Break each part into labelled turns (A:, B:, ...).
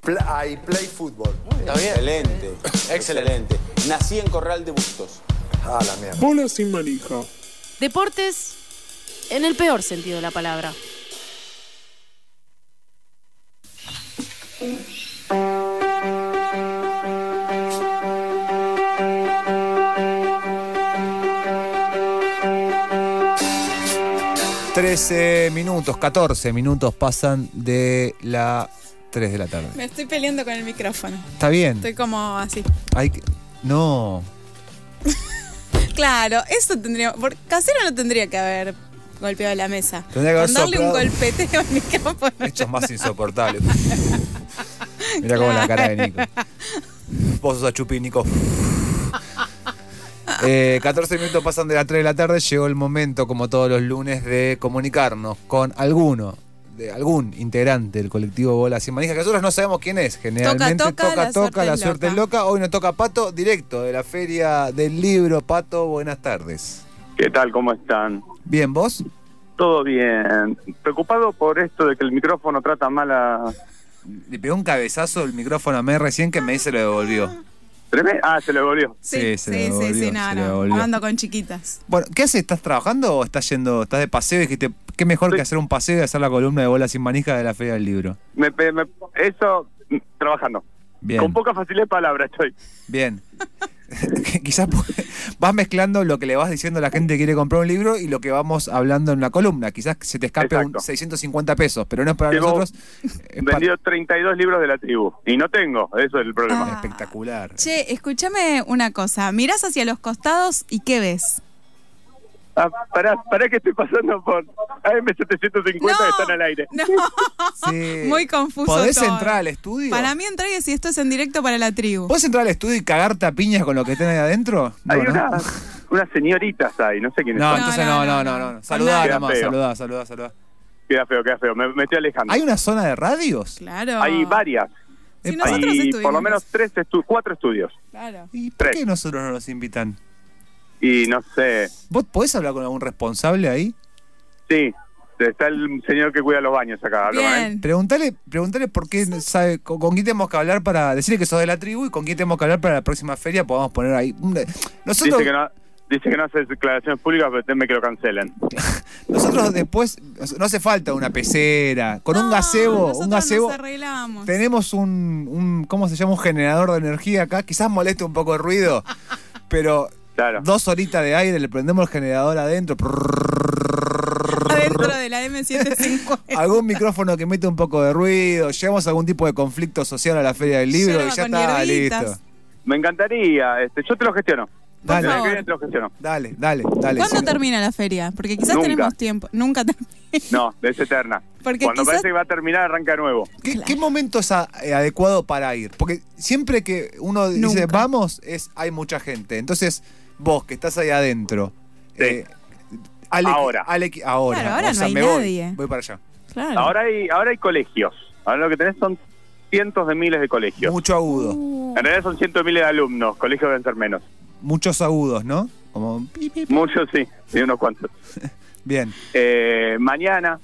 A: Pla- I play football.
B: ¿Está bien?
C: Excelente.
B: Excelente.
C: Excelente. Nací en Corral de Bustos.
A: Ah, la mierda.
D: Bola sin manija.
E: Deportes en el peor sentido de la palabra.
F: Trece minutos, 14 minutos pasan de la 3 de la tarde.
G: Me estoy peleando con el micrófono.
F: Está bien.
G: Estoy como así.
F: Hay que- No.
G: Claro, eso tendría. Por, casero no tendría que haber golpeado la mesa.
F: Tendría que haber
G: Con darle un
F: soplado.
G: golpeteo al micrófono.
F: Esto es más insoportable. Mira cómo la cara de Nico. Vos sos a Chupín, Nico. Eh, 14 minutos pasan de las 3 de la tarde. Llegó el momento, como todos los lunes, de comunicarnos con alguno, de algún integrante del colectivo Bola Sin Manija, que nosotros no sabemos quién es. Generalmente
G: toca,
F: toca,
G: la
F: toca,
G: suerte
F: la
G: es
F: suerte es
G: loca.
F: loca. Hoy nos toca Pato, directo de la Feria del Libro. Pato, buenas tardes.
H: ¿Qué tal? ¿Cómo están?
F: Bien, ¿vos?
H: Todo bien. Preocupado por esto de que el micrófono trata mal a...
F: Le pegó un cabezazo el micrófono a mí recién que me se lo devolvió.
H: Treme- Ah, se le volvió.
F: Sí, se
G: sí,
F: lo
G: sí,
F: devolvió,
G: sí, no,
F: se lo
G: no.
F: devolvió.
G: Ando con chiquitas.
F: Bueno, ¿qué haces? ¿Estás trabajando o estás yendo, estás de paseo? Y dijiste, qué mejor que hacer un paseo y hacer la columna de bola sin manija de la Feria del Libro.
H: Me, pe- me- eso, mm, trabajando.
F: Bien.
H: Con poca facilidad de palabra estoy.
F: Bien. Quizás po- vas mezclando lo que le vas diciendo a la gente que quiere comprar un libro y lo que vamos hablando en la columna. Quizás se te escape un
H: Exacto.
F: 650 pesos, pero no es para
H: Llegó-
F: nosotros. Es para-
H: Vendido 32 libros de la tribu. Y no tengo, eso es el problema.
G: Ah.
F: espectacular.
G: Che, escúchame una cosa. Mirás hacia los costados y ¿qué ves?
H: Ah, pará, pará que estoy pasando por AM750 que
G: No,
H: están al aire.
G: No,
F: Sí.
G: muy confuso.
F: ¿Podés
G: todo. eh?
F: entrar al estudio?
G: Para mí entrar y si esto es en directo para la tribu.
F: ¿Podés entrar al estudio y cagarte a piñas con lo que estén ahí adentro? No,
H: Hay
F: ¿no?
H: unas unas señoritas ahí, no sé quiénes
F: No,
H: son.
F: entonces no, no, no, no. Saludá
H: Queda
F: nomás,
H: feo.
F: saludá, saludá, saludá.
H: Queda feo, queda feo. Me, me estoy alejando.
F: ¿Hay una zona de radios?
G: Claro.
H: Hay varias.
G: Si
F: Epa.
G: nosotros
H: Hay por lo
G: estuvimos.
H: menos tres, estu- cuatro estudios.
G: Claro.
F: ¿Y por
H: Tres.
F: qué nosotros no nos invitan?
H: Y no sé,
F: ¿Vos podés hablar con algún responsable ahí?
H: Sí, está el señor que cuida los baños acá. hablo con él.
G: Bien.
F: Preguntale, preguntale por qué sabe, con, con quién tenemos que hablar para decirle que sos de la tribu y con quién tenemos que hablar para la próxima feria podamos poner ahí. un- Nosotros,
H: Dice que no. Dice que no hace declaraciones públicas, pero teme que lo cancelen.
F: nosotros después, no hace falta una pecera, con un
G: No,
F: gazebo,
G: nosotros
F: un gazebo.
G: Nos arreglamos.
F: Tenemos un, un, ¿cómo se llama? Un generador de energía acá. Quizás moleste un poco el ruido, pero
H: Claro.
F: dos horitas de aire, le prendemos el generador adentro.
G: Adentro de la M750.
F: algún micrófono que mete un poco de ruido, llevamos algún tipo de conflicto social a la Feria del Libro
G: Yerba
F: y ya
G: con
F: está,
G: hierbitas.
F: listo.
H: Me encantaría. Este, yo te lo gestiono.
F: Dale.
H: La que viene te lo gestiono.
F: Dale, dale, dale.
G: ¿Cuándo
F: Sí.
G: termina la feria? Porque quizás
H: Nunca.
G: tenemos tiempo. Nunca termina.
H: No, es eterna.
G: Porque
H: Cuando
G: quizás-
H: parece que va a terminar, arranca de nuevo.
F: ¿Qué,
G: Claro.
F: qué momento es a- eh, adecuado para ir? Porque siempre que uno dice
G: Nunca.
F: vamos, es hay mucha gente. Entonces, vos que estás ahí adentro.
H: Sí.
F: al equi-
H: Ahora.
F: al equi- ahora.
G: Claro, ahora
F: o sea,
G: no hay
F: me voy,
G: nadie.
F: Voy para allá.
G: Claro.
H: Ahora hay ahora hay colegios. Ahora lo que tenés son cientos de miles de colegios.
F: Mucho agudo.
H: En realidad son cientos de miles de alumnos. Colegios deben ser menos.
F: Muchos agudos, ¿no? Como. pi, pi, pi.
H: Muchos sí, sí, unos cuantos.
F: Bien.
H: Eh, mañana,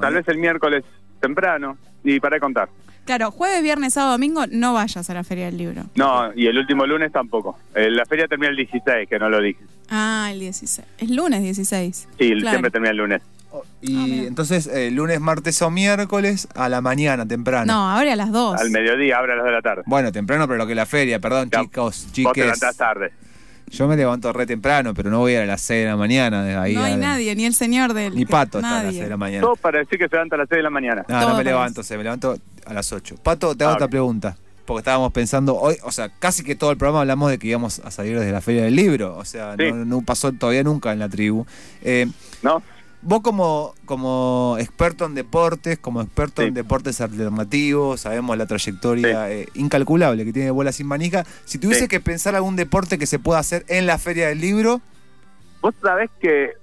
H: tal vez el miércoles temprano. Y para de contar.
G: Claro, jueves, viernes, sábado, domingo, no vayas a la feria del libro.
H: No, y el último lunes tampoco. Eh, la feria termina el 16, que no lo dije.
G: Ah, el 16. Es lunes 16.
H: Sí,
G: Claro.
H: siempre termina el lunes.
G: Ah,
F: Oh, Y entonces, eh, lunes, martes o miércoles a la mañana, temprano.
G: No, ahora a las 2.
H: Al mediodía, abre a las 2 de la tarde.
F: Bueno, temprano, pero lo que es la feria, perdón,
H: Ya,
F: chicos,
H: Vos te
F: chiques.
H: levantás tarde.
F: Yo me levanto re temprano, pero no voy a las 6 de la mañana. De ahí
G: No hay
F: a-
G: nadie, ni el señor del.
F: Ni pato está a las 6
G: nadie.
F: de la mañana.
H: Todo para decir que se levanta a las 6 de la mañana.
F: No, no
G: Todos.
F: me levanto, se me levanto a las 8. Pato, te hago
H: Ah,
F: otra
H: ok.
F: pregunta. Porque estábamos pensando hoy, o sea, casi que todo el programa hablamos de que íbamos a salir desde la Feria del Libro. O sea,
H: Sí.
F: no, no pasó todavía nunca en la tribu. Eh,
H: ¿No?
F: Vos como, como experto en deportes, como experto
H: Sí.
F: en deportes alternativos, sabemos la trayectoria eh, incalculable que tiene Bola Sin Manija, si tuviese
H: Sí.
F: que pensar algún deporte que se pueda hacer en la Feria del Libro,
H: Vos sabés que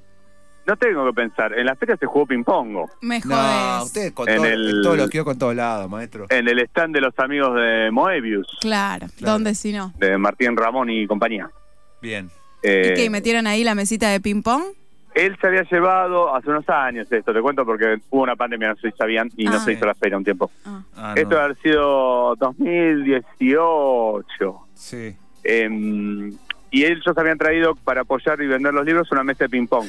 H: no tengo que pensar. En la feria se jugó ping-pongo.
G: Me jodés.
F: no, ustedes con
H: En
F: todo,
H: el- Eh,
F: todos los quiero con todos lados, maestro.
H: En el stand de los amigos de Moebius,
G: Claro,
F: Claro.
G: ¿dónde si no?
H: de Martín Ramón y compañía.
F: Bien.
H: Eh,
G: ¿Y qué? ¿Metieron ahí la mesita de ping-pong?
H: Él se había llevado hace unos años esto, te cuento porque hubo una pandemia, no sé si sabían, y no
G: Ah.
H: se hizo la feria un tiempo.
G: Ah.
F: Ah,
H: esto
F: no.
H: debe haber sido 2018.
F: Sí.
H: Eh, y ellos habían traído para apoyar y vender los libros una mesa de ping-pong.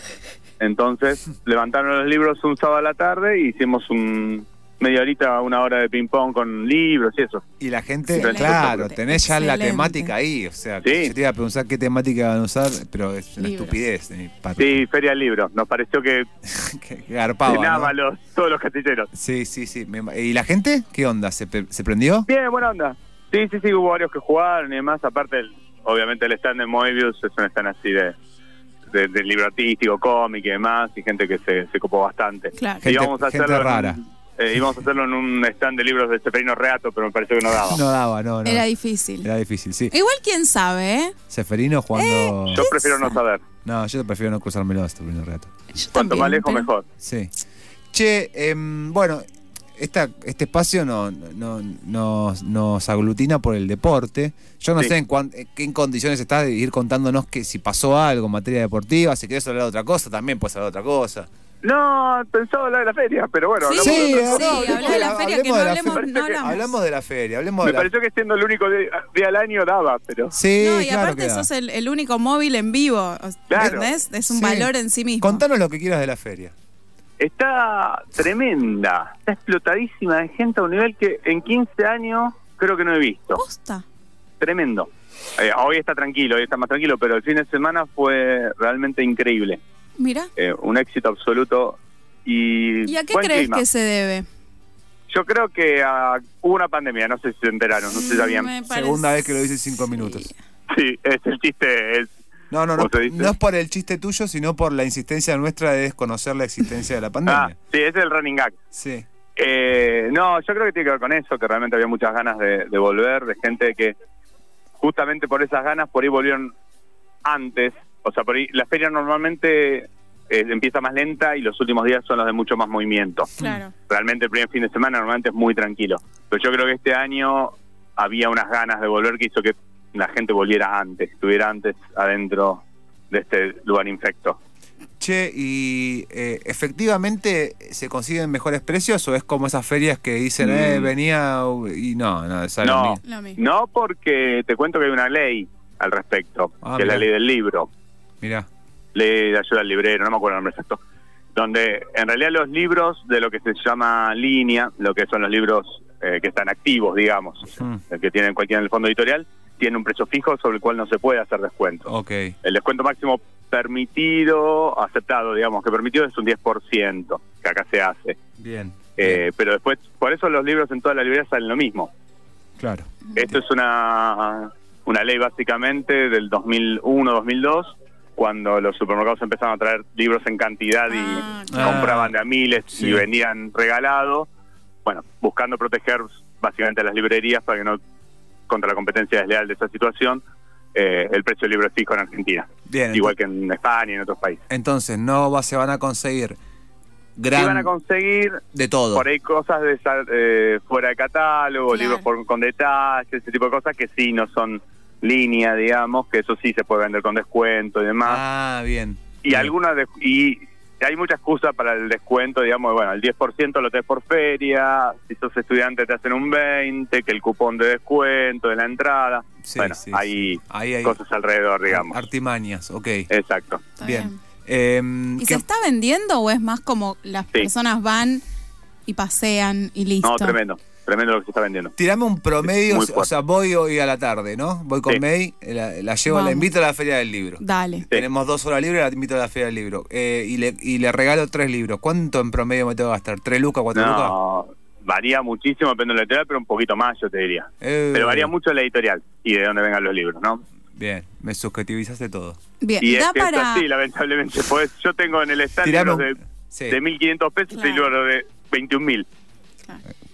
H: Entonces levantaron los libros un sábado a la tarde y hicimos un media horita, una hora de ping-pong con libros y eso.
F: Y la gente,
G: Excelente.
F: claro, tenés ya la
G: Excelente.
F: temática ahí. O sea,
H: Sí.
F: yo te iba a preguntar qué temática van a usar, pero es una
E: Libros.
F: estupidez de mi parte.
H: Sí, Feria del Libro. Nos pareció que
F: que que garpaba,
H: llenaba
F: ¿no?
H: los, todos los casilleros.
F: Sí, sí, sí. Me ima- ¿Y la gente? ¿Qué onda? ¿Se, pe- se prendió?
H: Bien, buena onda. Sí, sí, sí, hubo varios que jugaron y demás. Aparte, el- obviamente, el stand de Moebius es un stand así de, de, de libro artístico, cómic y demás, y gente que se, se copó bastante.
G: Claro.
H: Y
F: Gente-
H: íbamos a
F: gente
H: hacerlo en un-
F: rara.
H: eh, íbamos a hacerlo en un stand de libros de Seferino Reato, pero me pareció que no daba.
F: No daba, no, no.
G: Era difícil.
F: Era difícil, sí.
G: Igual quién sabe, ¿eh?
F: Seferino jugando.
H: Yo prefiero no saber.
F: No, yo prefiero no cruzármelo hasta el primer rato.
G: Yo
H: Cuanto
G: también,
H: más lejos,
G: pero-
H: mejor.
F: Sí. Che, em, bueno, esta, este espacio no, no, no- nos aglutina por el deporte. Yo no
H: Sí.
F: sé en, cuán- en qué condiciones estás de ir contándonos que si pasó algo en materia deportiva, si querés hablar de otra cosa, también puedes hablar de otra cosa.
H: No, pensaba hablar de la feria, pero bueno,
G: Sí,
H: hablamos
G: sí,
H: de otra
F: hablamos
H: cosa.
F: de
G: hablá de la
F: la-
G: feria, que no
F: hablemos de la
G: hablemos,
H: feria.
G: no hablamos.
F: Hablamos de la feria, hablemos
H: Me
F: de la...
H: pareció que siendo el único de- día al año daba, pero.
F: Sí,
G: No, y
F: claro
G: aparte
F: que da.
G: sos el, el único móvil en vivo, o-
H: Claro.
G: ¿entendés? Es un
F: Sí.
G: valor en sí mismo.
F: Contanos lo que quieras de la feria.
H: Está tremenda, está explotadísima de gente a un nivel que en 15 años creo que no he visto.
G: Posta.
H: Tremendo. Eh, hoy está tranquilo, hoy está más tranquilo, pero el fin de semana fue realmente increíble.
G: Mira.
H: Eh, un éxito absoluto y.
G: ¿Y a qué
H: buen
G: crees
H: clima.
G: que se debe?
H: Yo creo que ah, hubo una pandemia, no sé si se enteraron, no sé si sabían.
G: Mm, Me
F: Segunda
G: parece-
F: vez que lo dice en cinco minutos.
H: Sí, es el chiste, es
F: No, no, no.
H: ¿Cómo se dice?
F: No es por el chiste tuyo, sino por la insistencia nuestra de desconocer la existencia de la
H: Ah,
F: pandemia.
H: sí, ese es el running gag.
F: Sí.
H: Eh, no, yo creo que tiene que ver con eso, que realmente había muchas ganas de, de volver, de gente que justamente por esas ganas por ahí volvieron antes. O sea, por ahí la feria normalmente eh, empieza más lenta y los últimos días son los de mucho más movimiento.
G: Claro.
H: Realmente el primer fin de semana normalmente es muy tranquilo. Pero yo creo que este año había unas ganas de volver que hizo que la gente volviera antes, estuviera antes adentro de este lugar infecto.
F: Che, ¿y eh, efectivamente se consiguen mejores precios o es como esas ferias que dicen, eh,
H: Mm.
F: venía u- y no, no, sale
H: No.
F: mil?
G: Lo mismo.
H: No porque te cuento que hay una ley al respecto,
F: Ah,
H: que es la
F: mirá.
H: ley del libro.
F: Mirá,
H: ley de ayuda al librero, no me acuerdo el nombre exacto, donde en realidad los libros de lo que se llama línea, lo que son los libros eh, que están activos, digamos,
F: Mm.
H: el que tienen cualquiera en el fondo editorial, tiene un precio fijo sobre el cual no se puede hacer descuento.
F: ok.
H: El descuento máximo permitido, aceptado, digamos, que permitido es un 10%, que acá se hace.
F: Bien.
H: Eh, pero después, por eso los libros en toda la librería salen lo mismo.
F: claro.
H: Esto es una, una ley básicamente del 2001-2002, cuando los supermercados empezaron a traer libros en cantidad y
G: Ah,
F: claro.
H: compraban de a miles
F: Sí.
H: y vendían regalado. Bueno, buscando proteger básicamente a las librerías para que no contra la competencia desleal de esa situación, eh, el precio del libro es fijo en Argentina,
F: Bien.
H: igual que en España y en otros países.
F: ento- Entonces, no va, se van a conseguir gran
H: Y van a conseguir
F: de todo.
H: por ahí cosas de esa- eh, fuera de catálogo,
G: Claro.
H: libros por- con detalles, ese tipo de cosas que sí no son línea, digamos, que eso sí se puede vender con descuento y demás.
F: Ah, bien.
H: y
F: Bien.
H: algunas de- y hay mucha excusa para el descuento, digamos, bueno, el 10% lo tenés por feria, si sos estudiante te hacen un 20, que el cupón de descuento de la entrada.
F: Sí,
H: bueno,
F: sí,
H: hay
F: sí. Ahí hay
H: cosas alrededor, digamos. Eh,
F: artimañas, ok.
H: Exacto.
G: está
F: bien.
G: bien.
F: Em,
G: ¿Y
F: ¿qué-
G: se está vendiendo o es más como las personas van y pasean y listo?
H: No, tremendo, tremendo lo que se está vendiendo.
F: Tirame un promedio,
H: Muy
F: o sea, voy hoy a la tarde, ¿no? Voy con
H: Sí.
F: May, la, la llevo, la
G: Vamos.
F: invito a la feria del libro.
G: Dale.
F: Tenemos dos horas libres, la invito a la feria del libro. Eh, y, le, y le regalo tres libros. ¿Cuánto en promedio me tengo que gastar? ¿Tres lucas, cuatro lucas?
H: No, varía muchísimo depende de la editorial, pero un poquito más yo te diría.
F: Eh,
H: Pero varía mucho la editorial y de dónde vengan los libros, ¿no?
F: Bien, me subjetivizaste todo.
G: Bien,
H: Y es
G: da
H: que es
G: para.
H: así, lamentablemente. Pues yo tengo en el stand
F: Tirame
H: libros
F: un-
H: de,
F: sí,
H: de 1.500 pesos y
G: Claro.
H: libros de 21.000.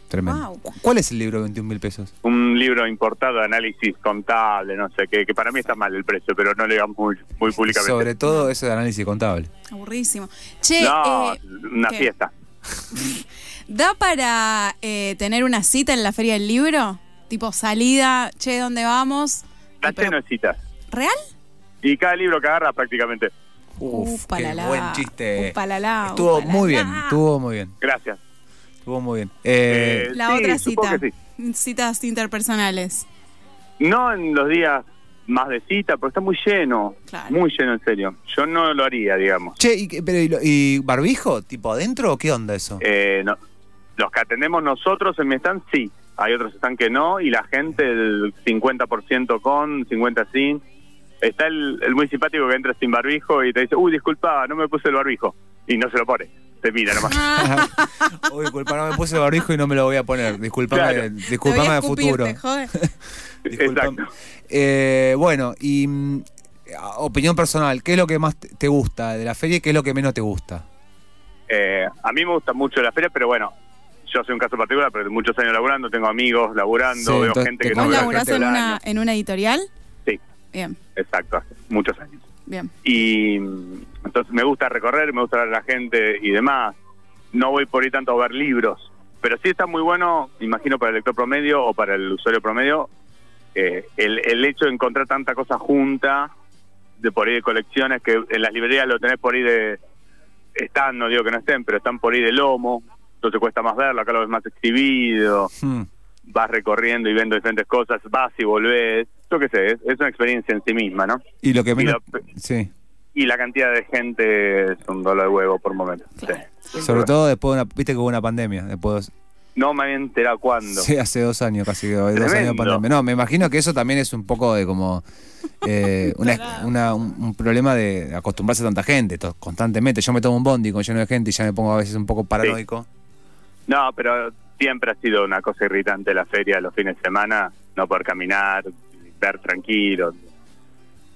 F: tremendo.
G: Wow.
F: ¿Cu- ¿Cuál es el libro de 21 mil pesos?
H: Un libro importado de análisis contable, no sé, que, que para mí está mal el precio, pero no lo digamos muy, muy públicamente.
F: Sobre todo eso de análisis contable.
G: Aburrísimo. Che,
H: no,
G: eh,
H: una
G: ¿qué?
H: fiesta.
G: ¿da para eh, tener una cita en la Feria del Libro? Tipo salida, che, ¿dónde vamos?
H: Está
G: Pero-
H: lleno de citas.
G: ¿Real? Uh,
H: Y cada libro que agarras prácticamente.
F: Uf, qué
G: Upalala,
F: buen chiste.
G: Uh, upalala,
F: estuvo
G: upalala.
F: muy bien, estuvo muy bien,
H: Gracias.
F: estuvo muy bien. Eh,
H: Eh,
G: La
H: Sí,
G: otra
H: supongo
G: cita.
H: que
G: Citas interpersonales.
H: No en los días más de cita, porque está muy lleno.
G: Claro.
H: Muy lleno, en serio. Yo no lo haría, digamos.
F: Che, y, qué- pero, y, lo- y barbijo? ¿Tipo adentro o qué onda eso?
H: Eh, no. Los que atendemos nosotros en mi stand, sí. Hay otros están que no, y la gente, el 50% con, 50% sin. Está el, el muy simpático que entra sin barbijo y te dice, uy, disculpa, no me puse el barbijo. Y no se lo pone. Te mira nomás.
G: Ah,
F: Uy, disculpa, no me puse el barbijo y no me lo voy a poner. Disculpame,
H: Claro.
F: disculpame de futuro. Disculpame.
H: Exacto.
F: Eh, bueno, y mm, a- opinión personal, ¿qué es lo que más te- te gusta de la feria y qué es lo que menos te gusta?
H: Eh, a mí me gusta mucho la feria, pero bueno, yo soy un caso particular, pero muchos años laburando, tengo amigos laburando,
F: Sí,
H: veo
F: entonces
H: gente
F: te
H: que no
G: ¿Vos
F: Obvio,
H: veo
G: laburás
H: hace
G: en una,
H: años.
G: en una editorial?
H: Sí,
G: Bien,
H: exacto, hace muchos años.
G: bien.
H: Y mm, entonces me gusta recorrer, me gusta ver a la gente y demás. No voy por ahí tanto a ver libros, pero sí está muy bueno, imagino, para el lector promedio o para el usuario promedio, eh, el, el hecho de encontrar tanta cosa junta, de por ahí de colecciones, que en las librerías lo tenés por ahí de... Están, no digo que no estén, pero están por ahí de lomo, entonces cuesta más verlo, acá lo ves más exhibido,
F: Hmm.
H: vas recorriendo y viendo diferentes cosas, vas y volvés, yo qué sé, es, es una experiencia en sí misma, ¿no?
F: Y lo que
H: Y
F: menos...
H: lo-
F: Sí.
H: y la cantidad de gente es un dolor de huevo por momento. Sí.
F: Sobre todo después de una... Viste que hubo una pandemia. Después,
H: No me había enterado cuándo.
F: sí, hace dos años casi. que- Dos años de
H: Tremendo.
F: pandemia. No, me imagino que eso también es un poco de como... eh, una- una- un, un problema de acostumbrarse a tanta gente to- constantemente. Yo me tomo un bondi con lleno de gente y ya me pongo a veces un poco paranoico.
H: No, pero siempre ha sido una cosa irritante la feria los fines de semana, no poder caminar, ver tranquilo.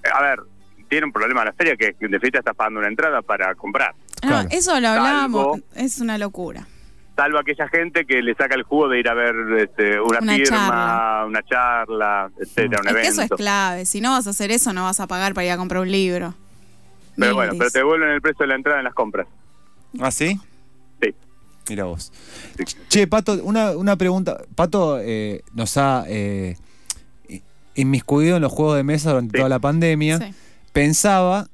H: Eh, A ver, tiene un problema la feria que de fiesta estás pagando una entrada para comprar.
G: Ah,
F: Claro.
G: eso lo hablábamos.
H: Salvo-
G: Es una locura.
H: Salvo aquella gente que le saca el jugo de ir a ver este, una,
G: Una
H: firma,
G: charla. Mm.
H: una charla, etcétera, un
G: es que eso
H: evento.
G: es clave. Si no vas a hacer eso, no vas a pagar para ir a comprar un libro.
H: pero bueno,
G: Libris.
H: pero te devuelven el precio de la entrada en las compras.
F: ¿Ah, sí?
H: Sí.
F: Mira vos.
H: Sí.
F: Che, Pato, una, una pregunta. Pato eh, nos ha eh, i- inmiscuido en los juegos de mesa durante
H: Sí.
F: toda la pandemia.
G: Sí.
F: Pensaba,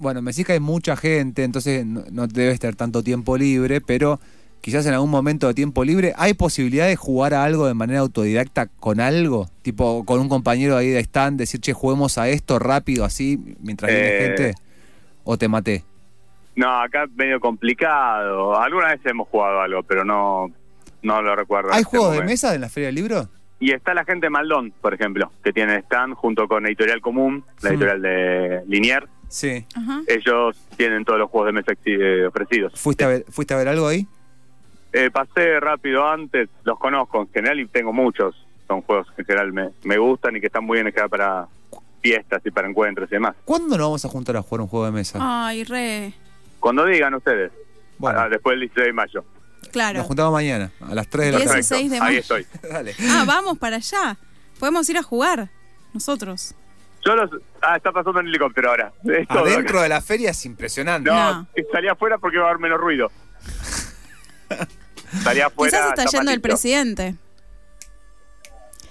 F: bueno, me decís que hay mucha gente, entonces no, no debes tener tanto tiempo libre, pero quizás en algún momento de tiempo libre, ¿hay posibilidad de jugar a algo de manera autodidacta con algo? Tipo, con un compañero ahí de stand, decir, che, juguemos a esto rápido, así, mientras viene
H: Eh.
F: gente, o te maté.
H: No, acá medio complicado. Alguna vez hemos jugado algo, pero no, no lo recuerdo. en
F: ¿Hay
H: este
F: juegos de
H: momento.
F: mesa en la Feria del Libro?
H: Y está la gente de Maldón, por ejemplo, que tiene stand junto con Editorial Común, la
F: Sí.
H: editorial de Linier.
F: Sí.
G: Ajá.
H: Ellos tienen todos los juegos de mesa exhi- eh, ofrecidos.
F: ¿Fuiste a ver, ¿fuiste a ver algo ahí?
H: Eh, pasé rápido antes, los conozco en general y tengo muchos. Son juegos que en general me, me gustan y que están muy bien acá para fiestas y para encuentros y demás.
F: ¿Cuándo nos vamos a juntar a jugar un juego de mesa?
G: Ay, re.
H: Cuando digan ustedes,
F: bueno,
H: ah, después del 16 de mayo.
F: nos
G: Claro.
F: juntamos mañana, a las 3 de la
G: Diez-
F: tarde.
G: 16 de
H: Ahí
G: mayo.
H: estoy.
F: Dale.
G: Ah, vamos para allá. Podemos ir a jugar. Nosotros.
H: Yo los... Ah, está pasando en helicóptero ahora. Es todo acá.
F: Adentro de la feria es impresionante.
H: No,
G: No.
H: que salí afuera porque va a haber menos ruido. salí afuera.
G: Quizás está yendo el
H: zapatito.
G: presidente.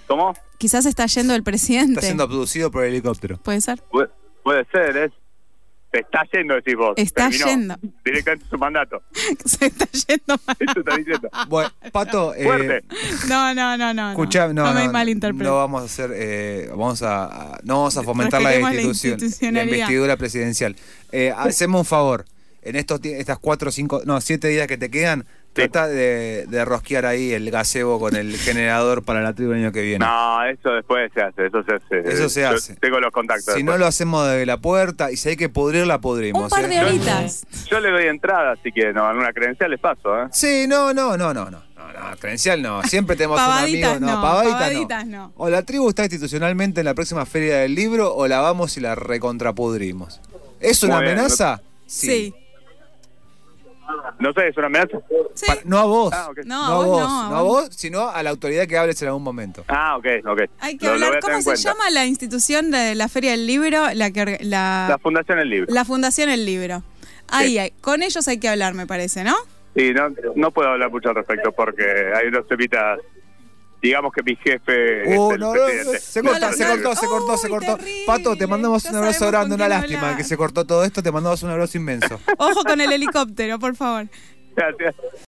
H: ¿Cómo?
G: Quizás está yendo el presidente.
F: Está siendo abducido por el helicóptero.
G: Puede ser.
H: Pu- Puede ser, ¿eh? Se está yendo, decís vos.
G: Está
H: Terminó
G: yendo.
H: Directamente su mandato.
G: Se está yendo mal.
H: Eso está diciendo.
F: Bueno, Pato, eh,
H: Fuerte.
G: No, no, no, no.
F: escuchá, no,
G: me
F: no,
G: malinterpretes.
F: no vamos a hacer, eh, vamos a, a- no vamos a fomentar la
G: Respetemos la
F: institución, la,
G: institucionalidad.
F: investidura presidencial. Eh, hacemos un favor, en estos ti- estas cuatro, cinco, no, siete días que te quedan, trata de, de rosquear ahí el gasebo con el generador para la tribu el año que viene.
H: No, eso después se hace. Eso se hace.
F: Eso se
H: Yo
F: hace.
H: Tengo los contactos.
F: Si no lo hacemos desde la puerta y si hay que pudrirla, pudrimos.
G: Un par de
F: ¿eh?
G: horitas.
H: Yo le doy entrada, así que no, alguna credencial les paso, ¿eh?
F: Sí, no, no, no, no, no. No, no, credencial no. Siempre tenemos un
G: Pavaditas
F: amigo, no.
G: no,
F: Pavaditas,
G: pavaditas
F: no.
G: no.
F: O la tribu está institucionalmente en la próxima feria del libro o la vamos y la recontrapudrimos. ¿Es una
H: Muy bien,
F: amenaza?
G: Sí.
H: No sé, es una amenaza.
G: Sí.
F: Pa- no a vos.
H: Ah, ok.
G: No, a vos no, a
F: No a vos, sino a la autoridad que hables en algún momento.
H: Ah, ok, ok.
G: Hay que
H: Lo- lo voy
G: hablar.
H: a tener
G: ¿Cómo
H: en
G: se
H: cuenta.
G: llama la institución de la Feria del Libro? La que orga-
H: La Fundación El Libro.
G: La Fundación El Libro. Ahí, hay- con ellos hay que hablar, me parece, ¿no?
H: Sí, no, no puedo hablar mucho al respecto porque hay unos temitas digamos que mi jefe es
F: Uh,
H: el
F: no, no,
H: presidente.
F: se
G: No,
F: corta,
G: no,
F: se
G: no.
F: cortó, se cortó, se
G: Uy,
F: cortó.
G: terrible.
F: Pato, te mandamos
G: Ya
F: un abrazo
G: sabemos
F: grande,
G: con
F: una
G: quién
F: lástima
G: hablar.
F: que se cortó todo esto, te mandamos un abrazo inmenso.
G: Ojo con el helicóptero, por favor.
H: Gracias.